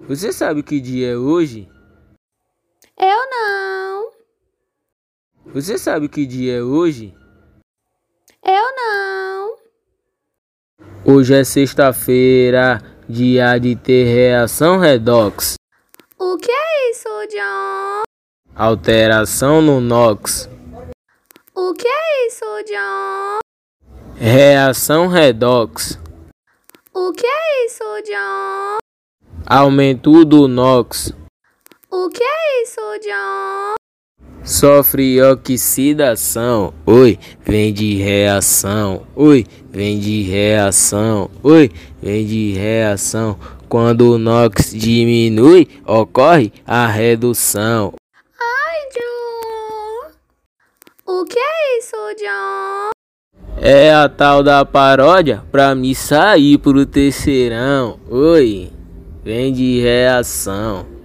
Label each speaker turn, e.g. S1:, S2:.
S1: Você sabe que dia é hoje?
S2: Eu não.
S1: Você sabe que dia é hoje?
S2: Eu não.
S1: Hoje é sexta-feira, dia de ter reação redox,
S2: O que é isso, John?
S1: alteração no NOx,
S2: O que é isso, John?
S1: reação redox,
S2: O que é isso, John?
S1: aumento do NOx,
S2: O que é isso, John?
S1: sofre oxidação. Oi, vem de reação. Oi, vem de reação. Oi, vem de reação. Quando o NOx diminui, ocorre a redução.
S2: Ai, John. O que é isso, John?
S1: É a tal da paródia pra me sair pro terceirão. Oi, vem de reação.